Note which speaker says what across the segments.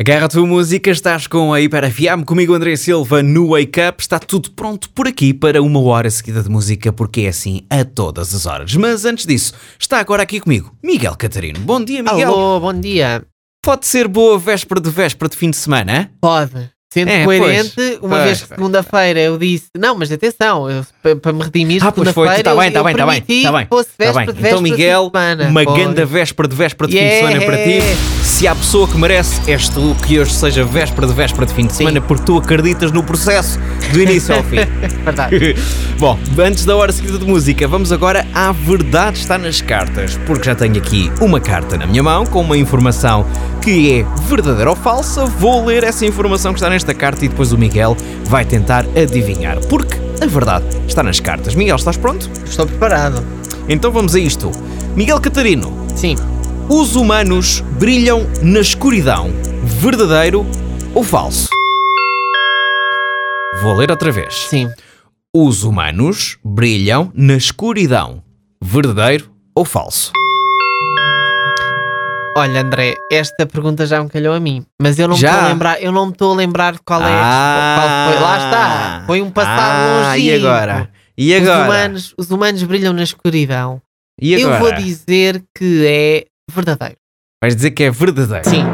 Speaker 1: Agarra a tua música, estás com a Hiperafiam, comigo André Silva no Wake Up. Está tudo pronto por aqui para uma hora seguida de música, porque é assim a todas as horas. Mas antes disso, está agora aqui comigo Miguel Catarino. Bom dia, Miguel.
Speaker 2: Alô, bom dia.
Speaker 1: Pode ser boa véspera de véspera de fim de semana? hã?
Speaker 2: Pode. Sendo
Speaker 1: É,
Speaker 2: coerente,
Speaker 1: pois,
Speaker 2: uma
Speaker 1: pois,
Speaker 2: vez que
Speaker 1: pois,
Speaker 2: segunda-feira eu disse. Não, mas atenção, eu- pa- para me redimir,
Speaker 1: Ah, pois foi,
Speaker 2: segunda-feira.
Speaker 1: tá bem, tá
Speaker 2: eu-
Speaker 1: bem,
Speaker 2: eu
Speaker 1: tá bem,
Speaker 2: permiti
Speaker 1: tá bem,
Speaker 2: que fosse
Speaker 1: Tá
Speaker 2: véspera
Speaker 1: bem.
Speaker 2: de
Speaker 1: Então,
Speaker 2: véspera de
Speaker 1: Miguel,
Speaker 2: semana,
Speaker 1: uma
Speaker 2: pois.
Speaker 1: ganda véspera de véspera de fim de semana para ti.
Speaker 2: Yeah.
Speaker 1: Se há pessoa que merece, és tu que hoje seja véspera de véspera de fim de semana, porque tu acreditas no processo do início ao fim.
Speaker 2: é Verdade.
Speaker 1: Bom, antes da hora seguida de música, vamos agora à verdade está nas cartas, porque já tenho aqui uma carta na minha mão com uma informação que é verdadeira ou falsa. Vou ler essa informação que está nesta carta e depois o Miguel vai tentar adivinhar, porque a verdade está nas cartas. Miguel, estás pronto?
Speaker 2: Estou preparado.
Speaker 1: Então vamos a isto. Miguel Catarino,
Speaker 2: Sim.
Speaker 1: os humanos brilham na escuridão. Verdadeiro ou falso? Vou ler outra vez.
Speaker 2: Sim.
Speaker 1: Os humanos brilham na escuridão. Verdadeiro ou falso?
Speaker 2: Olha, André, esta pergunta já me calhou a mim, mas eu não me
Speaker 1: Já?
Speaker 2: estou a lembrar, eu não me estou a lembrar de qual é.
Speaker 1: Ah.
Speaker 2: qual foi. Lá está. Foi um passado
Speaker 1: ah, E
Speaker 2: longínquo.
Speaker 1: agora? E agora?
Speaker 2: Os humanos, os humanos brilham na escuridão.
Speaker 1: e agora?
Speaker 2: Eu vou dizer que é verdadeiro.
Speaker 1: Vais dizer que é verdadeiro.
Speaker 2: Sim.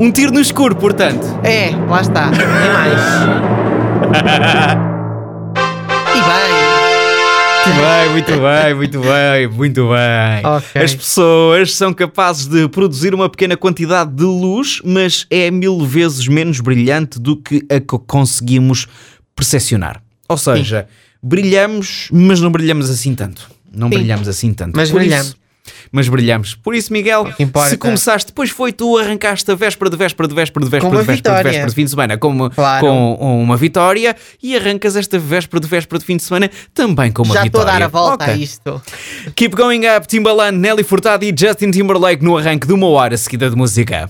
Speaker 1: Um tiro no escuro, portanto.
Speaker 2: É, lá está. É mais. e bem.
Speaker 1: Muito bem, muito bem, muito bem, muito bem.
Speaker 2: Ok.
Speaker 1: As pessoas são capazes de produzir uma pequena quantidade de luz, mas é mil vezes menos brilhante do que a que conseguimos percepcionar. Ou seja, brilhamos, mas não brilhamos assim tanto. Não
Speaker 2: Sim.
Speaker 1: brilhamos assim tanto.
Speaker 2: Mas brilhamos.
Speaker 1: isso- mas brilhamos. Por isso, Miguel,
Speaker 2: que importa.
Speaker 1: se começaste, depois foi tu arrancaste a véspera de véspera de véspera de véspera
Speaker 2: Com uma
Speaker 1: de véspera de
Speaker 2: vitória.
Speaker 1: véspera de fim de semana com uma,
Speaker 2: Claro.
Speaker 1: com uma vitória e arrancas esta véspera de véspera de fim de semana também com uma
Speaker 2: Já estou a
Speaker 1: vitória.
Speaker 2: dar a volta a
Speaker 1: Ok.
Speaker 2: isto.
Speaker 1: Keep Going Up, Timbaland, Nelly Furtado e Justin Timberlake no arranque de uma hora seguida de música.